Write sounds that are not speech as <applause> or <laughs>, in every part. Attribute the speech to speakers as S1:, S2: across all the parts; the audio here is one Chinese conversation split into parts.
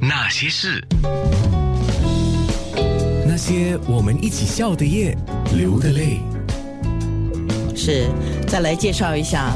S1: 那些事，
S2: 那些我们一起笑的夜，流的泪。
S3: 是，再来介绍一下。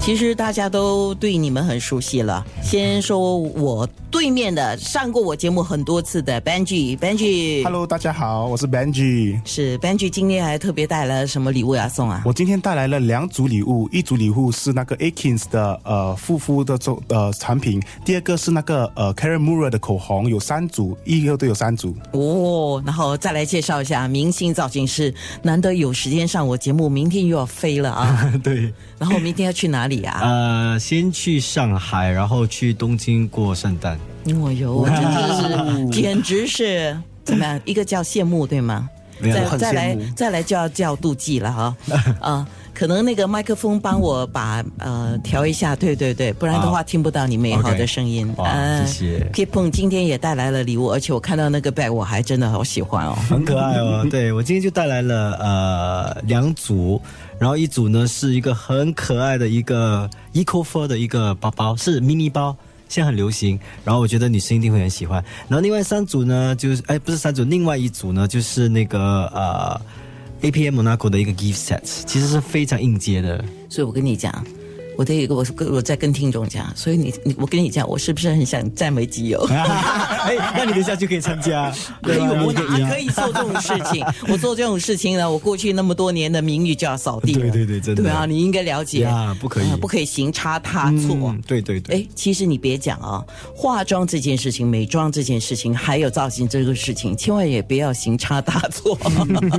S3: 其实大家都对你们很熟悉了。先说我对面的上过我节目很多次的 Benji，Benji，
S4: Hello，大家好，我是 Benji。
S3: 是 Benji 今天还特别带来了什么礼物要送啊？
S4: 我今天带来了两组礼物，一组礼物是那个 Akins 的呃护肤的周呃产品，第二个是那个呃 Karen Mura 的口红，有三组，一个都有三组。
S3: 哦，然后再来介绍一下明星造型师，难得有时间上我节目，明天又要飞了啊！
S5: 对，
S3: 然后明天要去哪里
S5: <laughs>
S3: 啊？
S5: 呃，先去上海，然后去东京过圣诞。
S3: 我哟，我真的是，简直是怎么样？一个叫羡慕，对吗？
S5: 没有
S3: 再
S5: 我很
S3: 再来
S5: 羡慕
S3: 再来就要叫妒忌了
S5: <laughs>
S3: 哈。啊，可能那个麦克风帮我把呃调一下，对对对，不然的话
S5: 好
S3: 听不到你美好的
S5: OK
S3: 声音。
S5: 哇
S3: 啊
S5: 谢谢
S3: Kipon 今天也带来了礼物，而且我看到那个 bag 我还真的好喜欢哦。
S5: 很可爱 <laughs> 哦。对我今天就带来了呃两组，然后一组呢是一个很可爱的一个 Eco Four 的一个包包，是迷你包。现在很流行，然后我觉得女生一定会很喜欢。然后另外三组呢，就是哎，不是三组，另外一组呢就是那个呃，A P M Monaco 的一个 gift set，其实是非常应接的。
S3: <laughs> 所以我跟你讲，我的我我在跟听众讲，所以你你我跟你讲，我是不是很想占为己有？
S5: <laughs> 哎，那你等一下就可以参加。
S3: 哎
S5: <laughs> 对吧
S3: 呦，我
S5: 你
S3: 哪可以做这种事
S5: <laughs>
S3: 情？我做这种事情呢，我过去那么多年的名誉就要扫地了。
S5: 对对对真的
S3: 对啊，你应该了解
S5: 呀不可以
S3: 啊不可以行差踏错
S5: 嗯。对对对。
S3: 哎，其实你别讲啊，化妆这件事情、美妆这件事情，还有造型这个事情，千万也不要行差踏错，
S5: <laughs>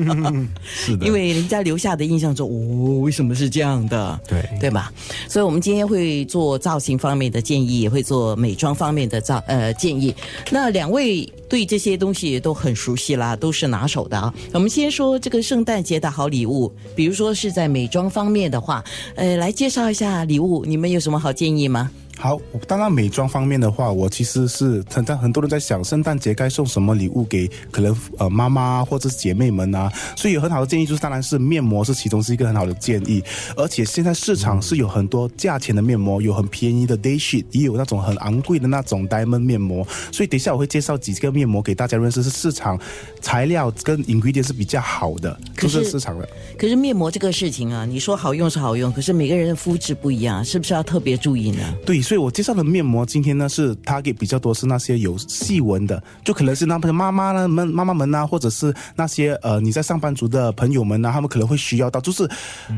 S5: 是的
S3: 因为人家留下的印象说，哦，为什么是这样的？
S5: 对
S3: 对吧？所以我们今天会做造型方面的建议，也会做美妆方面的造呃建议。那两位对这些东西也都很熟悉啦，都是拿手的啊。我们先说这个圣诞节的好礼物，比如说是在美妆方面的话，呃，来介绍一下礼物，你们有什么好建议吗？
S4: 好，当然美妆方面的话，我其实是很在很多人在想圣诞节该送什么礼物给可能呃妈妈啊或者是姐妹们啊，所以有很好的建议就是，当然是面膜是其中是一个很好的建议，而且现在市场是有很多价钱的面膜，有很便宜的 day sheet，也有那种很昂贵的那种 diamond 面膜，所以等一下我会介绍几个面膜给大家认识，是市场材料跟 ingredient 是比较好的，
S3: 可
S4: 就是是市场的。
S3: 可是面膜这个事情啊，你说好用是好用，可是每个人的肤质不一样，是不是要特别注意呢？
S4: 对，所以我介绍的面膜今天呢是 target 比较多是那些有细纹的，就可能是那妈妈呢们妈妈们呐、或者是那些呃你在上班族的朋友们啊呐、他们可能会需要到，就是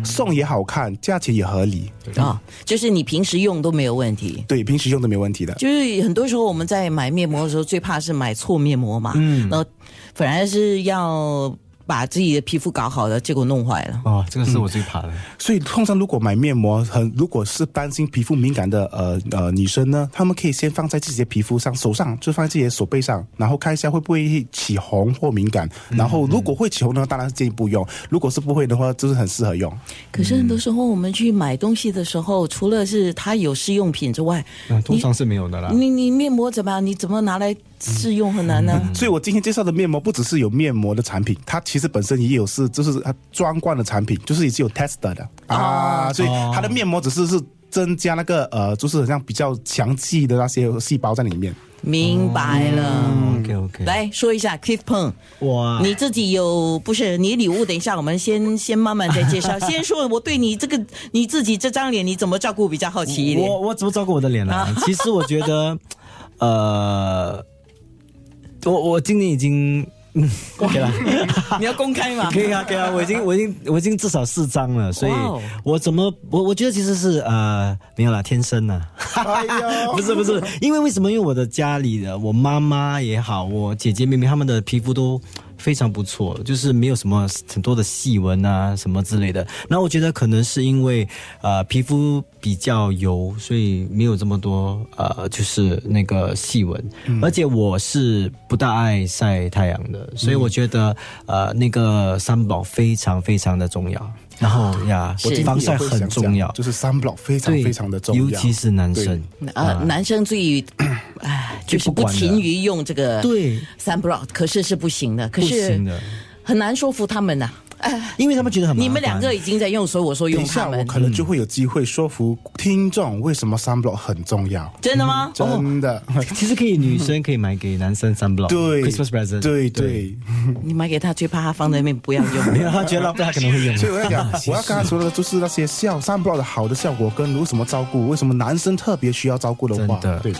S4: 送也好看，价钱也合理，
S3: 啊、就是你平时用都没有问题。
S4: 对，平时用都没问题的。
S3: 就是很多时候我们在买面膜的时候，最怕是买错面膜嘛，嗯，然后反而是要把自己的皮肤搞好了，结果弄坏了。
S5: 哦，这个是我最怕的。
S3: 嗯
S4: 所以通常如果买面膜，很如果是担心皮肤敏感的呃呃女生呢，她们可以先放在自己的皮肤上，手上就放在自己的手背上，然后看一下会不会起红或敏感。然后如果会起红呢，当然是建议不用；如果是不会的话，就是很适合用。
S3: 可是很多时候我们去买东西的时候，除了是它有试用品之外，
S5: 嗯，通常是没有的啦。
S3: 你你面膜怎么样？你怎么拿来试用很难
S5: 嗯
S3: 呢？
S4: 所以我今天介绍的面膜不只是有面膜的产品，它其实本身也有是就是它装罐的产品，就是已经有 tester 的
S5: 哦
S4: 啊，所以它的面膜只是是增加那个呃，就是很像比较强气的那些细胞在里面。
S3: 明白了。
S5: OK OK，
S3: 嗯来说一下 Keith Peng，
S5: 哇，
S3: 你自己有不是你礼物？等一下，我们先先慢慢再介绍。先说我对你这个 <laughs> 你自己这张脸你怎么照顾比较好奇
S5: <laughs>
S3: 一点。啊
S5: 我我怎么照顾我的脸啦、 <laughs> 其实我觉得，呃，我我今年已经。嗯
S3: <laughs>
S5: ，OK 了，
S3: 你要公开吗
S5: 可？以啊，可以啊，我已经，我已经，我已经至少四张了，所以
S3: 哇哦
S5: 我怎么，我我觉得其实是呃，没有啦，天生啊呐、
S4: 哦
S5: 不是不是，因为为什么？因为我的家里的我妈妈也好，我姐姐妹妹她们的皮肤都非常不错，就是没有什么很多的细纹啊什么之类的。然后我觉得可能是因为呃皮肤比较油，所以没有这么多呃就是那个细纹。
S4: 嗯
S5: 而且我是不大爱晒太阳的，所以我觉得、呃那个三宝非常非常的重要。然后呀，我
S3: 是
S5: 防晒
S4: 也会想
S5: 很重要
S4: 讲，就是 sunblock 非常
S5: 对
S4: 非常的重要，
S5: 尤其是男生。
S3: 呃，男生最，哎，就是不勤于用这个
S5: 对
S3: 三 block，可是是不行的，可
S5: 不
S3: 是
S5: 行的
S3: 很难说服他们呐、哎
S5: 因为他们觉得很麻烦。
S3: 你们两个已经在用，所以我说
S4: 等
S3: 用
S4: 一下
S3: 他
S4: 我
S3: 们。
S4: 可能就会有机会说服听众为什么三 block 很重
S5: 哦
S4: 要，
S3: 真的吗？
S4: 嗯真的。
S5: 其实可以，女生可以买给男生三 block
S4: 对
S5: 哦 Christmas present，
S4: 对对，
S3: 你买给他，最怕他放在那边不要
S5: 没
S3: 用。
S5: 有他觉得浪费，他可能会用。啊
S4: 所以我
S2: <laughs>
S4: 要
S5: <laughs>
S4: 讲，我要跟他说的就是那些效三 block 的好的效果跟如什么照顾，为什么男生特别需要照顾的话，
S5: 真的
S4: 对，